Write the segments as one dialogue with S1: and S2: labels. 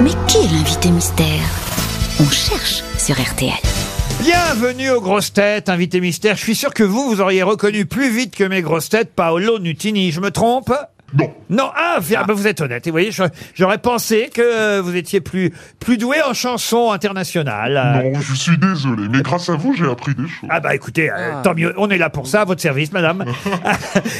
S1: Mais qui est l'invité mystère On cherche sur RTL.
S2: Bienvenue aux grosses têtes, invité mystère. Je suis sûr que vous, vous auriez reconnu plus vite que mes grosses têtes Paolo Nutini. Je me trompe Non. Non, ah, vi- ah, bah, vous êtes honnête. Et vous voyez, je- j'aurais pensé que euh, vous étiez plus, plus doué en chansons internationales.
S3: Non, Oh, je suis désolé, mais grâce à vous, j'ai appris des choses.
S2: Ah bah écoutez, euh, tant mieux, on est là pour ça, à votre service, madame.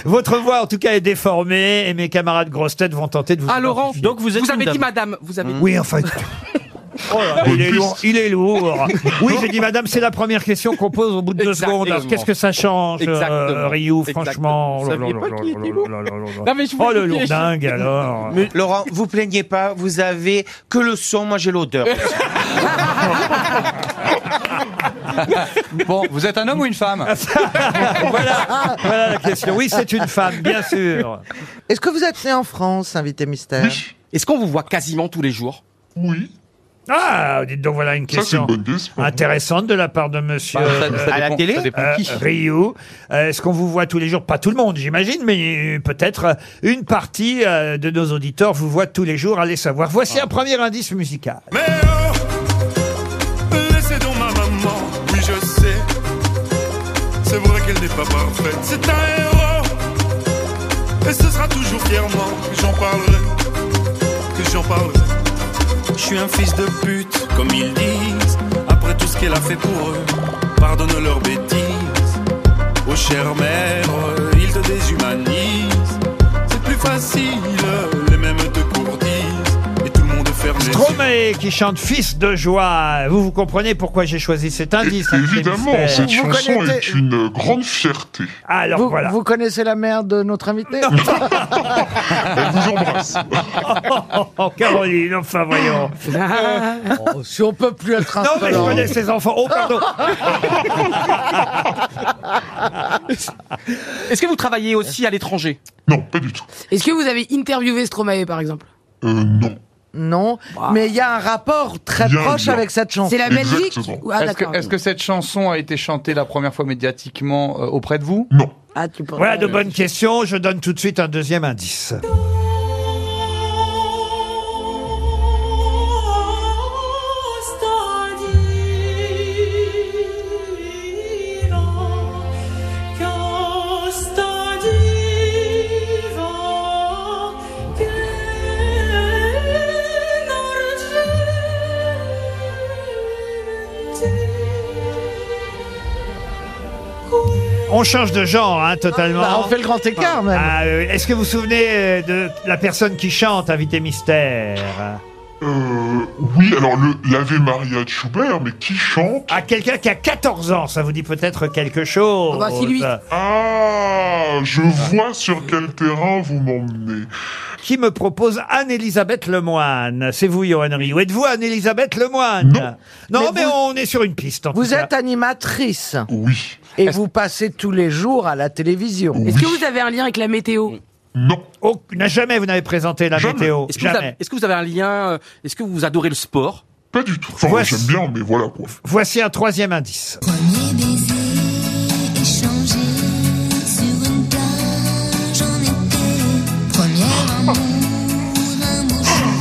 S2: votre voix, en tout cas, est déformée et mes camarades grosses têtes vont tenter de vous...
S4: Ah Laurent,
S2: identifier.
S4: donc
S5: vous êtes
S4: vous
S5: une
S4: avez
S5: dame. Mmh.
S4: dit madame, vous avez dit.
S2: Oui, enfin... Oh là là, il, est lourd, il est lourd. Oui, j'ai dit, madame, c'est la première question qu'on pose au bout de deux
S4: Exactement.
S2: secondes. Alors, Qu'est-ce que ça change, euh,
S4: Exactement.
S2: Ryu,
S4: Exactement.
S2: franchement
S4: Vous saviez pas qui était lourd Non, mais je
S2: Oh,
S4: voulais
S2: le
S4: vous dire-
S2: lourdingue, alors
S5: Mais Laurent, vous plaignez pas, vous avez que le son, moi j'ai l'odeur.
S6: Bon, vous êtes un homme ou une femme
S7: Ah,
S2: voilà, voilà la question. Oui, c'est une femme, bien sûr.
S7: Est-ce que vous êtes né en France, invité mystère
S3: Oui,
S4: Est-ce qu'on vous voit quasiment tous les jours
S3: oui,
S2: Ah, dites donc, voilà une
S3: ça c'est
S2: question
S3: une bonne question.
S2: Ah,
S3: Bah,
S2: intéressante de la part de monsieur... euh,
S5: à la télé
S2: Euh, Ryu, Euh, est-ce qu'on vous voit tous les jours Pas tout le monde, j'imagine, mais euh, peut-être euh, une partie euh, de nos auditeurs vous voit tous les jours. Allez savoir. Voici un
S3: Ah.
S2: premier indice musical.
S8: Mais oh, laissez donc ma maman, oui je sais. C'est vrai qu'elle n'est pas parfaite, c'est un héros. Et ce sera toujours fièrement que j'en parlerai, que j'en parlerai. Je suis un fils de pute, comme ils disent, après tout ce qu'elle a fait pour eux. Pardonne leurs bêtises. Oh chère mère, ils te déshumanisent. C'est plus facile, les mêmes te courtisent. Et tout le monde ferme les yeux.
S2: Stromae qui chante Fils de joie. Vous vous comprenez pourquoi j'ai choisi cet indice hein,
S3: Évidemment,
S2: Mister.
S3: cette chanson est
S7: connaissez-
S3: une euh, grande fierté.
S2: Alors
S7: vous,
S2: voilà.
S7: vous connaissez la mère de notre invité
S3: Elle vous embrasse.
S2: Oh, Caroline, enfin voyons.
S7: Oh, Si on peut plus être
S2: Non mais je connais ses enfants. Oh pardon.
S4: Est-ce que vous travaillez aussi à l'étranger
S3: Non, pas du tout.
S9: Est-ce que vous avez interviewé Stromae par exemple
S3: Euh, non.
S7: Non, mais il y a un rapport très
S3: Il y a un
S7: proche
S3: lien.
S7: avec cette chanson.
S9: C'est la Belgique
S3: Exactement.
S9: Ou- Ah
S6: Est-ce que,
S9: d'accord.
S6: est-ce que cette chanson a été chantée la première fois médiatiquement euh, auprès de vous
S3: Non.
S9: Ah tu penses.
S2: Voilà de bonnes questions. Je donne tout de suite un deuxième indice. On change de genre hein, totalement.
S7: Bah, on fait le grand écart même.
S2: Ah, euh, Est-ce que vous vous souvenez euh, de la personne qui chante, invité mystère
S3: Euh, oui, alors le l'Ave Maria de Schubert, mais qui chante
S2: À Ah, quelqu'un qui a 14 ans, ça vous dit peut-être quelque chose.
S9: Ah bah, si, lui.
S3: Ah, je vois sur quel terrain vous m'emmenez.
S2: Qui me propose Anne-Elisabeth Lemoine. C'est vous, Johan Rioux. Êtes-vous Anne-Elisabeth Lemoine
S3: Non.
S2: Non, mais,
S7: Mais vous-
S2: on est sur une piste. En tout
S7: Vous
S2: cas.
S7: êtes animatrice
S3: Oui,
S7: et vous passez tous les jours à la télévision.
S9: Est-ce que vous avez un lien avec la météo
S3: non,
S2: Oh, n'a- jamais vous n'avez présenté la
S3: Jamais.
S2: météo.
S4: Est-ce que, vous avez-
S2: Jamais.
S4: est-ce que vous avez un lien euh, Est-ce que vous adorez le sport
S3: pas du tout. Enfin,
S2: Voici-
S3: j'aime bien, mais voilà quoi.
S2: Voici un troisième indice.
S10: Premier baiser échangé sur une plage en été. Premier amour, un beau jour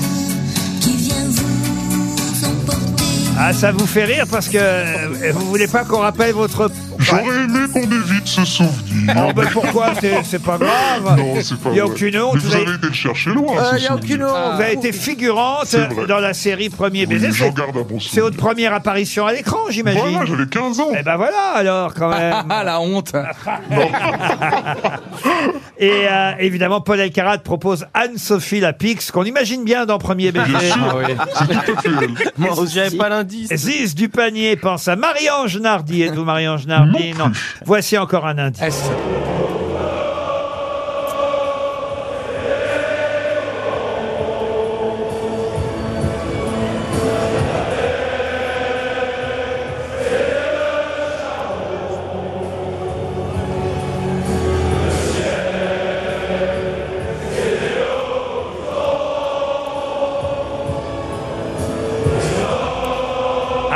S10: qui vient vous emporter.
S2: Ah, ça vous fait rire parce que euh, vous voulez pas qu'on rappelle votre.
S3: J'aurais aimé qu'on évite ce souvenir.
S2: Oh, ben pourquoi C'est c'est pas grave.
S3: Non, c'est pas
S2: Il Ah, y a
S3: vrai.
S2: aucune Ah, honte.
S3: Mais
S2: Vous
S3: vous
S2: avez-
S3: avez été le chercher loin. ce
S7: Euh, Il y a
S3: souvenir.
S7: aucune honte.
S2: Oh, Vous avez été figurante
S3: C'est vrai.
S2: dans la série Premier baiser.
S3: Oui,
S2: Eh C'est-
S3: j'en garde un bon
S2: C'est
S3: souvenir.
S2: votre première apparition à l'écran, j'imagine.
S3: Voilà, j'avais 15 ans.
S2: Eh ben voilà, alors, quand même.
S6: Ah, la honte
S2: Et euh, évidemment, Paul Elkarat propose Anne-Sophie Lapix, qu'on imagine bien dans Premier
S3: Bien
S2: baiser.
S3: sûr,
S6: oui.
S3: c'est tout à fait elle.
S5: Moi, j'avais pas l'indice.
S2: Ziz du panier pense à Marie-Ange Nardi. Êtes-vous Marie-Ange Nardi
S3: Non
S2: Voici encore un indice.
S6: Est-ce-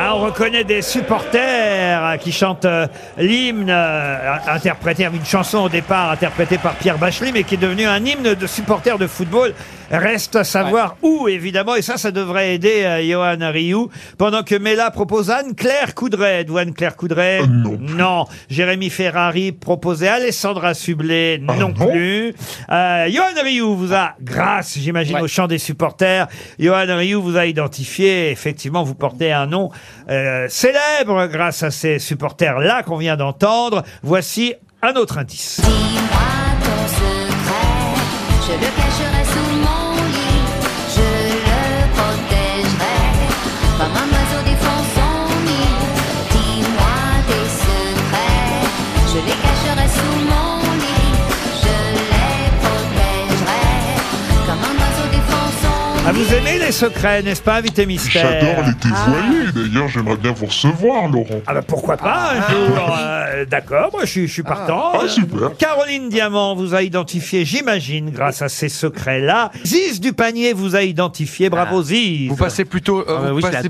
S2: Ah, on reconnaît des supporters hein, qui chante euh, l'hymne euh, interprété, une chanson au départ interprétée par Pierre Bachely, mais qui est devenue un hymne de supporters de football. Reste à savoir où, évidemment, et ça, ça devrait aider euh, Johan Rioux. Pendant que Mela propose Anne-Claire Coudray. Êtes-vous Anne-Claire Coudray Non. Jérémy Ferrari proposait Alessandra Sublet.
S6: Ah
S2: non plus. Euh, Johan Rioux vous a, grâce, j'imagine, au chant des supporters, Johan Rioux vous a identifié. Effectivement, vous portez un nom euh, célèbre grâce à ces supporters-là qu'on vient d'entendre. Voici un autre indice.
S10: Ton secret, je le cacherai sous mon lit, je le protégerai. Comme un oiseau défend son nid, dis-moi tes secrets, je les cacherai sous mon lit, je les protégerai. Comme un oiseau défend son
S2: Ah, vous aimez les secrets, n'est-ce pas, invité mystère
S3: J'adore les dévoiler. D'ailleurs, j'aimerais bien vous recevoir, Laurent.
S2: Ah bah pourquoi pas un jour euh, D'accord, moi je suis, je suis partant.
S3: Ah, super.
S2: Caroline Diamant vous a identifié, j'imagine, grâce à ces secrets-là. Ziz du panier vous a identifié, bravo Ziz.
S6: Ah. Vous passez plutôt.
S2: Ah
S6: euh, vous passez-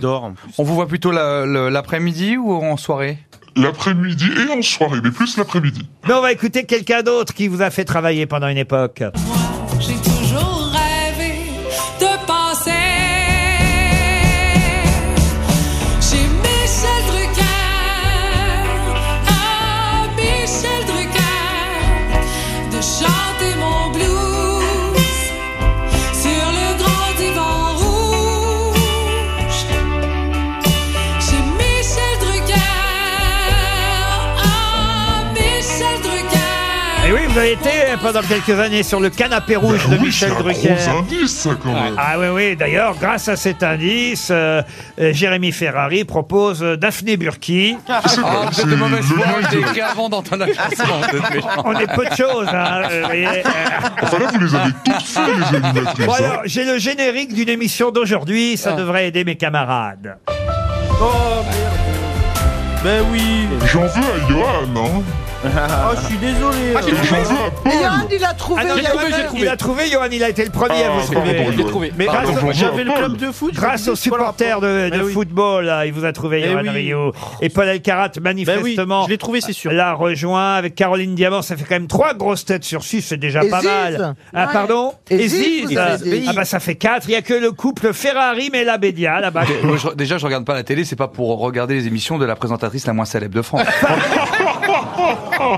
S6: On vous voit plutôt la- le- l'après-midi ou en soirée
S3: L'après-midi et en soirée, mais plus l'après-midi.
S2: Mais on va écouter quelqu'un d'autre qui vous a fait travailler pendant une époque.
S11: J'ai toujours rêvé de penser J'ai Michel Drucker, ah Michel Drucker, de chanter mon blues sur le grand divan rouge. J'ai Michel Drucker, ah Michel Drucker.
S2: Et oui, vous avez été euh, pendant quelques années sur le canapé rouge de
S3: Ben oui,
S2: Michel
S3: c'est un
S2: Drucker.
S3: gros indice, ça, quand même.
S2: Ah oui, oui, d'ailleurs, grâce à cet indice, euh, euh, Jérémy Ferrari propose euh, Daphné Burki.
S6: Ah, vous êtes de mauvaise
S3: le
S6: foi,
S3: nom
S6: j'étais
S3: de-
S6: écrit avant d'entendre la chanson. vous êtes méchant.
S2: On est peu de choses, hein, euh, vous voyez.
S3: Enfin, là, vous les avez toutes faites, les animatrices.
S2: Bon
S3: hein.
S2: alors, j'ai le générique d'une émission d'aujourd'hui, ça devrait aider mes camarades.
S12: Ben oui.
S3: J'en veux à Johan, hein.
S12: Oh, je suis désolé.
S3: Et j'en veux à Paul.
S7: Johan, il a trouvé.
S2: Ah non,
S7: il a-
S2: Johan, il a trouvé, Johan, il a été le premier à
S3: Ah,
S2: vous trouver.
S3: pardon,
S12: Je l'ai
S3: Johan.
S12: trouvé.
S2: Mais
S3: Pardon,
S2: grâce-
S3: j'en veux à
S12: J'avais le
S3: Paul.
S12: club de foot. je me
S2: Grâce
S12: suis dit,
S2: aux
S12: c'est quoi le
S2: supporters
S12: rapport
S2: de, de
S12: Ben oui.
S2: football, là, il vous a trouvé,
S12: Eh
S2: Johan
S12: oui.
S2: Rioux. Et Paul Alcarat,
S12: Ben oui,
S2: manifestement,
S12: je l'ai trouvé, c'est sûr.
S2: l'a rejoint. Avec Caroline Diamant, ça fait quand même trois grosses têtes sur six, c'est déjà
S7: Et
S2: pas
S7: Ziz.
S2: mal. Ah, pardon
S7: Et Ziz, vous avez dit.
S2: Ah bah ça fait quatre. Il y a que le couple Ferrari mais la Bédia, là-bas.
S6: Et moi, je- déjà, je regarde pas la télé, c'est pas pour regarder les émissions de la présentatrice la moins célèbre de France.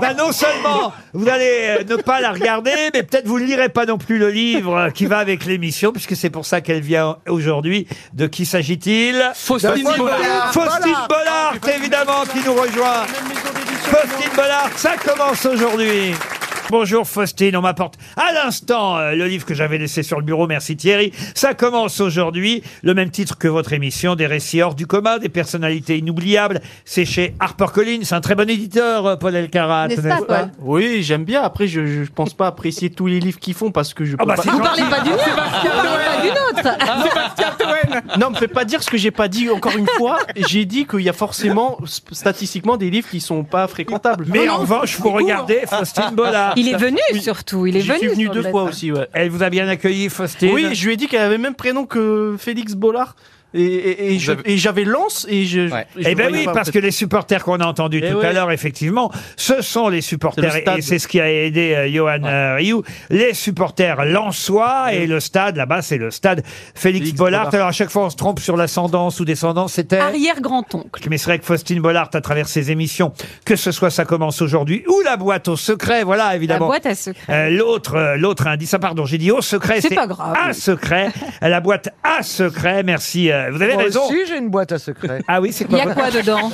S2: Bah, non seulement vous allez euh, ne pas la regarder, mais peut-être vous ne lirez pas non plus le livre euh, qui va avec l'émission, puisque c'est pour ça qu'elle vient aujourd'hui. De qui s'agit-il
S4: Faustine Bollard. Ah,
S2: Faustine Bollard, évidemment, qui nous rejoint. Faustine Bollard, ça commence aujourd'hui. Bonjour Faustine, on m'apporte à l'instant euh, le livre que j'avais laissé sur le bureau, merci Thierry. Ça commence aujourd'hui, le même titre que votre émission, des récits hors du commun, des personnalités inoubliables. C'est chez HarperCollins, un très bon éditeur, euh, Paul Elkarat.
S1: N'est-ce
S2: n'est-ce
S1: pas, Paul
S12: Oui, j'aime bien. Après, je, je pense pas apprécier tous les livres qu'ils font parce que je.
S2: Ah
S12: peux
S2: bah,
S12: pas-
S2: c'est
S1: Vous parlez pas du mien, vous parlez pas du nôtre.
S12: Non, me fais pas dire ce que j'ai pas dit encore une fois. J'ai dit qu'il y a forcément, s- statistiquement, des livres qui sont pas fréquentables.
S2: Mais en revanche, vous regardez Faustine Bollard.
S13: Il est venu surtout, il est
S12: J'y
S13: venu.
S12: suis venu
S13: sur
S12: deux
S13: le
S12: fois
S13: net.
S12: aussi, ouais.
S2: Elle vous a bien accueilli, Faustine.
S12: Oui, je lui ai dit qu'elle avait le même prénom que Félix Bollard. Et, et- et je-
S6: Vous avez-
S12: et j'avais Lance et je.
S6: Ouais.
S12: je- je
S2: Eh ben
S12: voyais
S2: oui,
S12: pas,
S2: parce que les supporters qu'on a entendus
S12: Eh
S2: tout à
S12: ouais.
S2: l'heure, effectivement, ce sont les supporters,
S12: C'est le
S2: et- et
S12: stade.
S2: c'est ce qui a aidé euh, Johan euh, Rioux, les supporters lensois, et le stade, là-bas, c'est le stade Félix,
S12: Félix
S2: Bollard.
S12: Bollard.
S2: Alors, à chaque fois, on se trompe sur l'ascendance ou descendance, c'était...
S13: Arrière-grand-oncle.
S2: Mais c'est vrai que Faustine Bollard, à travers ses émissions, que ce soit Ça commence aujourd'hui ou La boîte au secret, voilà,
S13: La
S2: évidemment.
S13: boîte à secrets.
S2: Euh, l'autre, euh, l'autre indice, ah pardon, j'ai dit au secret.
S13: C'est pas grave.
S2: À secret. La boîte à secret, merci. euh, Vous avez
S7: Moi
S2: raison.
S7: aussi, j'ai une boîte à secrets.
S2: Ah oui, c'est
S13: Il
S2: quoi
S13: y a quoi dedans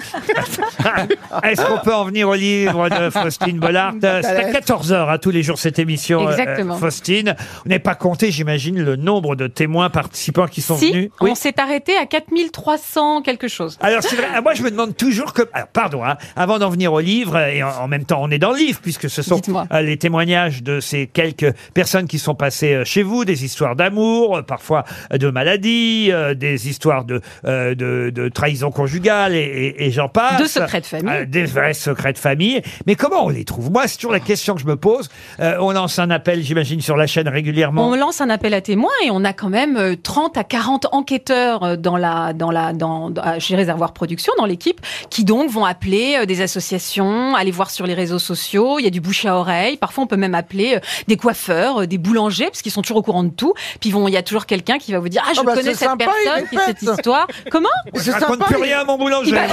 S2: Est-ce qu'on peut en venir au livre de Faustine Bollard Euh, C'est à 14h à tous les jours cette émission, euh,
S13: Exactement.
S2: Faustine. On n'est pas compté, j'imagine, le nombre de témoins participants qui sont
S13: Si,
S2: venus.
S13: on s'est arrêté à 4300 quelque chose.
S2: Alors c'est vrai, Ah, moi je me demande toujours que, alors, pardon, hein, avant d'en venir au livre euh, et en, en même temps on est dans le livre puisque ce sont
S13: Dites-moi.
S2: euh, les témoignages de ces quelques personnes qui sont passées euh, chez vous, des histoires d'amour, euh, parfois euh, de maladies, aussi euh, des histoires de, euh, de, de trahison conjugale et, et- et j'en passe.
S13: De secrets de famille.
S2: Euh, des vrais secrets de famille. Mais comment on les trouve Moi, c'est toujours la question que je me pose. Euh, on lance un appel, j'imagine, sur la chaîne régulièrement.
S13: On lance un appel à témoins et on a quand même euh, 30 à 40 enquêteurs euh, dans la, dans la, dans, dans- à- chez Réservoir Production, dans l'équipe, qui donc vont appeler euh, des associations, aller voir sur les réseaux sociaux. Il y a du bouche à oreille. Parfois, on peut même appeler euh, des coiffeurs, euh, des boulangers, parce qu'ils sont toujours au courant de tout. Puis ils vont, il y a toujours quelqu'un qui va vous dire Ah, je
S11: Ah bah,
S13: connais
S11: c'est
S13: cette
S11: sympa, il
S13: personne
S11: est
S13: qui a cette
S11: bête.
S13: histoire. Comment
S2: Je raconte plus rien à mon boulanger.
S13: Il va-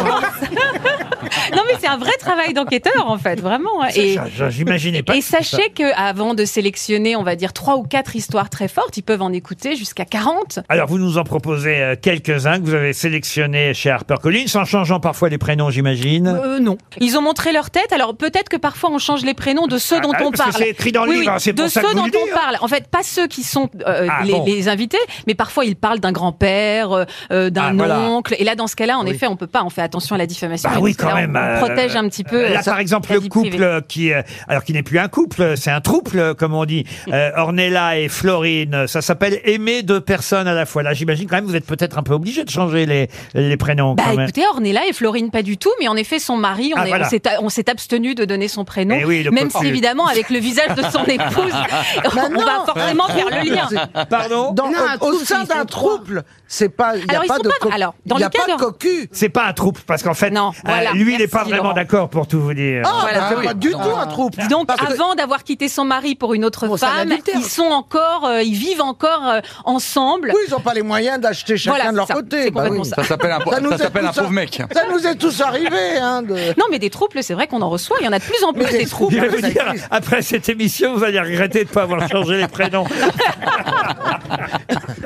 S13: non, mais c'est un vrai travail d'enquêteur, en fait, vraiment. Et,
S2: Ça, je- J'imaginais pas.
S13: et
S2: que c'était ça.
S13: sachez qu'avant de sélectionner, on va dire, trois ou quatre histoires très fortes, ils peuvent en écouter jusqu'à 40.
S2: Alors, vous nous en proposez euh, quelques-uns que vous avez sélectionnés chez HarperCollins, en changeant parfois les prénoms, j'imagine.
S13: Euh, non. Ils ont montré leur tête. Alors peut-être que parfois on change les prénoms de ceux
S2: Ah,
S13: dont
S2: ah,
S13: on
S2: parce que
S13: parle.
S2: c'est écrit dans le
S13: Oui,
S2: livre,
S13: oui,
S2: hein, c'est
S13: de
S2: pour ça
S13: ceux
S2: que vous
S13: dont
S2: le dites,
S13: on parle. En fait, pas ceux qui sont euh,
S2: Ah,
S13: les,
S2: bon.
S13: les invités, mais parfois ils parlent d'un grand-père, euh, euh, d'un
S2: Ah, voilà.
S13: oncle. Et là, dans ce cas-là, en
S2: Oui.
S13: effet, on peut pas. On fait attention à la diffamation.
S2: Bah
S13: Et
S2: oui,
S13: dans ce
S2: quand
S13: cas-là,
S2: même.
S13: On, on
S2: euh,
S13: protège un petit peu.
S2: Là,
S13: euh,
S2: par exemple,
S13: la
S2: le
S13: vie
S2: couple
S13: privée.
S2: euh, qui, euh, alors qui n'est plus un couple, c'est un trouble, euh, comme on dit. Euh, Ornella et Florine, ça s'appelle aimer deux personnes à la fois. Là, j'imagine quand même, vous êtes peut-être un peu obligé de changer les, les prénoms.
S13: Bah
S2: quand même.
S13: écoutez, Ornella et Florine pas du tout, mais en effet son mari, on
S2: Ah,
S13: est-
S2: voilà.
S13: on s'est on s'est abstenu de donner son prénom,
S2: Eh oui, le Bah
S13: même
S2: pauvre
S13: si
S2: vieux.
S13: évidemment avec le visage de son épouse, on
S7: non,
S13: va forcément
S7: Euh,
S13: faire le lien.
S2: Pardon
S7: Dans-
S13: Non,
S7: au,
S13: un
S7: au
S13: trouble,
S7: sein
S13: ils sont
S7: d'un trouble, Euh, c'est pas. Il n'y a
S13: Alors, ils
S7: pas
S13: sont
S7: de.
S13: pas-
S7: co-
S13: alors, dans
S7: il y a
S13: le cas
S7: pas de
S13: de-
S7: cocu.
S2: C'est pas un trouble, parce qu'en fait, euh,
S13: voilà.
S2: lui, il n'est pas
S13: Merci,
S2: vraiment
S13: Laurent.
S2: d'accord pour tout vous dire.
S13: Ah, Voilà. bah,
S7: c'est pas du tout un trouble.
S13: Dis donc,
S7: Parce que-
S13: avant d'avoir quitté son mari pour une autre
S7: c'est un
S13: femme,
S7: adultère.
S13: ils sont encore, euh, ils vivent encore euh, ensemble.
S7: Oui, ils n'ont pas les moyens d'acheter chacun
S13: Voilà,
S7: de leur
S13: c'est ça.
S7: côté.
S13: C'est
S7: bah oui.
S13: complètement ça. Ça
S6: s'appelle un- ça
S7: nous est
S6: s'appelle un
S7: tous ar-
S6: pauvre mec.
S7: Ça nous est tous arrivé. Hein, de-
S13: Non, mais des troubles, c'est vrai qu'on en reçoit. Il y en a de plus en plus
S7: Mais
S13: des
S7: des
S2: Je
S13: troubles.
S2: vais vous dire, après cette émission, vous allez regretter de ne pas avoir changé les prénoms.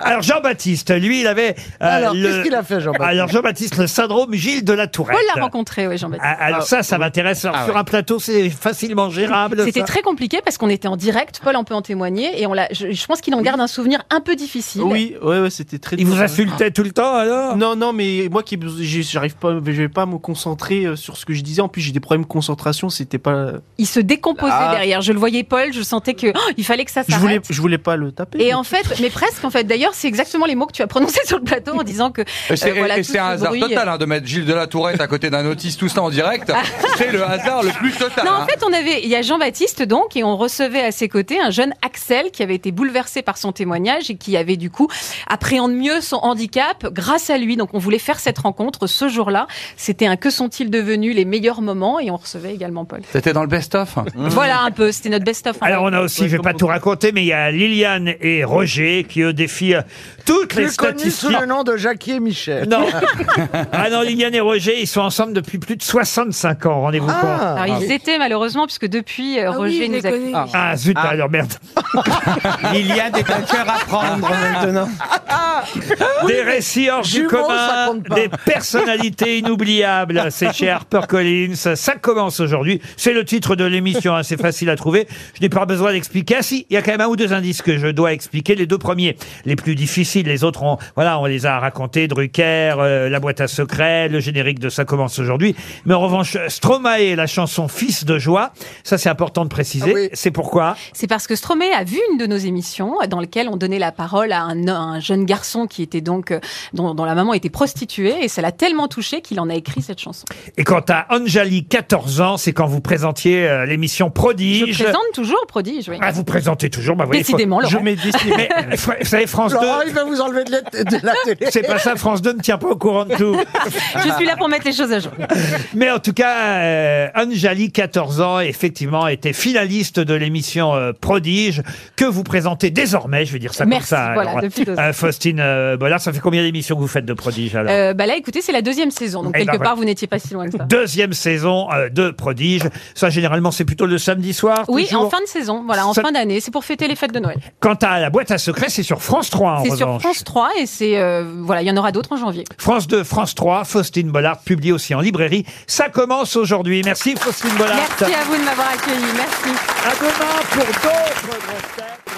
S2: Alors Jean-Baptiste, lui, il avait. euh,
S7: Alors,
S2: le-
S7: qu'est-ce qu'il a fait, Jean-Baptiste
S2: Alors Jean-Baptiste, le syndrome Gilles de la
S13: On
S2: Tourette.
S13: l'a Oh, rencontré, ouais, Jean-Baptiste.
S2: Ah, Alors ça, ça m'intéresse. Alors,
S6: Ah
S2: Sur
S6: ouais.
S2: un plateau, c'est facilement gérable.
S13: C'était
S2: ça.
S13: très compliqué parce qu'on était en direct. Paul en peut en témoigner. Et on l'a, je, je pense qu'il en garde un souvenir un peu difficile.
S12: Oui, ouais, ouais, c'était très.
S2: Il vous insultait tout le temps alors
S12: Non, non, mais moi qui j'ai- j'arrive pas, je vais pas me concentrer euh, sur ce que je disais. En plus, j'ai des problèmes de concentration. C'était pas.
S13: Il se décomposait
S12: Ah.
S13: derrière. Je le voyais, Paul. Je sentais que oh, il fallait que ça
S12: Je
S13: s'arrête.
S12: voulais, je voulais pas le taper.
S13: Et en fait, mais presque en fait. D'ailleurs, c'est exactement les mots que tu as prononcés sur le plateau en disant que.
S6: Et c'est
S13: euh, voilà,
S6: et
S13: tout
S6: c'est un
S13: ce
S6: hasard
S13: bruit, euh,
S6: total hein, de mettre Gilles de la Tourette à côté d'un autiste, tout ça en direct. C'est le hasard le plus total.
S13: Non,
S6: hein.
S13: en fait, on avait, il y a Jean-Baptiste donc, et on recevait à ses côtés un jeune Axel qui avait été bouleversé par son témoignage et qui avait du coup appréhende mieux son handicap grâce à lui. Donc, on voulait faire cette rencontre ce jour-là. C'était un que sont-ils devenus les meilleurs moments et on recevait également Paul.
S6: C'était dans le best-of.
S13: Voilà un peu, c'était notre best-of.
S2: Alors on a aussi, je vais pas tout raconter, mais il y a Liliane et Roger qui eux défient euh, toutes les
S7: Plus connu sous
S2: statistiques.
S7: le nom de Jackie et Michel.
S2: Non. ah non, Liliane et Roger, ils sont ensemble depuis plus de 65 ans, rendez-vous compte.
S13: Alors, ils étaient malheureusement, puisque depuis, euh,
S9: Ah oui,
S13: Roger
S9: je les
S13: nous a.
S9: connais.
S2: Ah zut,
S5: Ah.
S2: alors merde.
S5: Il y a des vainqueurs à prendre maintenant.
S2: Des récits hors du
S7: Jumeaux, ça
S2: commun,
S7: compte pas.
S2: des personnalités inoubliables. C'est chez HarperCollins. Ça commence aujourd'hui. C'est le titre de l'émission. hein. C'est facile à trouver. Je n'ai pas besoin d'expliquer. Ah si, il y a quand même un ou deux indices que je dois expliquer. Les deux premiers, les plus difficiles. Les autres, on, voilà, on les a racontés. Drucker, euh, La boîte à secrets, le générique de Ça commence aujourd'hui. Mais en revanche, Stromae, la chanson Fils de joie. Ça, c'est important de préciser.
S7: Ah oui.
S2: C'est pourquoi.
S13: C'est parce que Stromae a vu une de nos émissions dans laquelle on donnait la parole à un, un jeune garçon qui était donc euh, dont, dont la maman était prostituée et ça l'a tellement touché qu'il en a écrit cette chanson.
S2: Et quant à Anjali, 14 ans, c'est quand vous présentiez euh, l'émission
S13: Je
S2: Prodige.
S13: présente toujours Prodige. Oui.
S2: Ah, vous présentez toujours, bah, vous voyez, faut-
S13: Décidément,
S12: je
S13: Laurent.
S12: mets des
S2: Mais, euh, fr- vous savez, France 2,
S7: Laurent, il va vous enlever de la, de la télé.
S2: c'est pas ça, France 2 ne tient pas au courant de tout. Ah.
S13: Je suis là pour mettre les choses à jour.
S2: Mais en tout cas, euh, Anjali, 14 ans, effectivement, était finaliste de l'émission euh, Prodige, que vous présentez désormais, je vais dire ça
S13: Merci,
S2: comme ça.
S13: voilà, depuis deux ans.
S2: euh, Faustine euh, Bollard, ça fait combien d'émissions que vous faites de Prodige alors
S13: Euh, bah là, écoutez, c'est la deuxième saison, donc
S2: Eh ben,
S13: quelque
S2: voilà.
S13: part vous n'étiez pas si loin que ça.
S2: Deuxième saison euh, de Prodige. Ça, généralement, c'est plutôt le samedi soir.
S13: Oui,
S2: toujours.
S13: en fin de saison, voilà, en
S2: Ça-
S13: fin d'année, c'est pour fêter les fêtes de Noël.
S2: Quant à la boîte à secrets, c'est sur France 3 en
S13: C'est sur
S2: revanche.
S13: France 3 et c'est euh, voilà, il y en aura d'autres en janvier.
S2: France 2, France 3, Faustine Bollard publie aussi en librairie. Ça commence aujourd'hui. Merci Faustine Bollard.
S13: Merci à vous de m'avoir accueilli. Merci.
S2: À demain pour d'autres grosses têtes.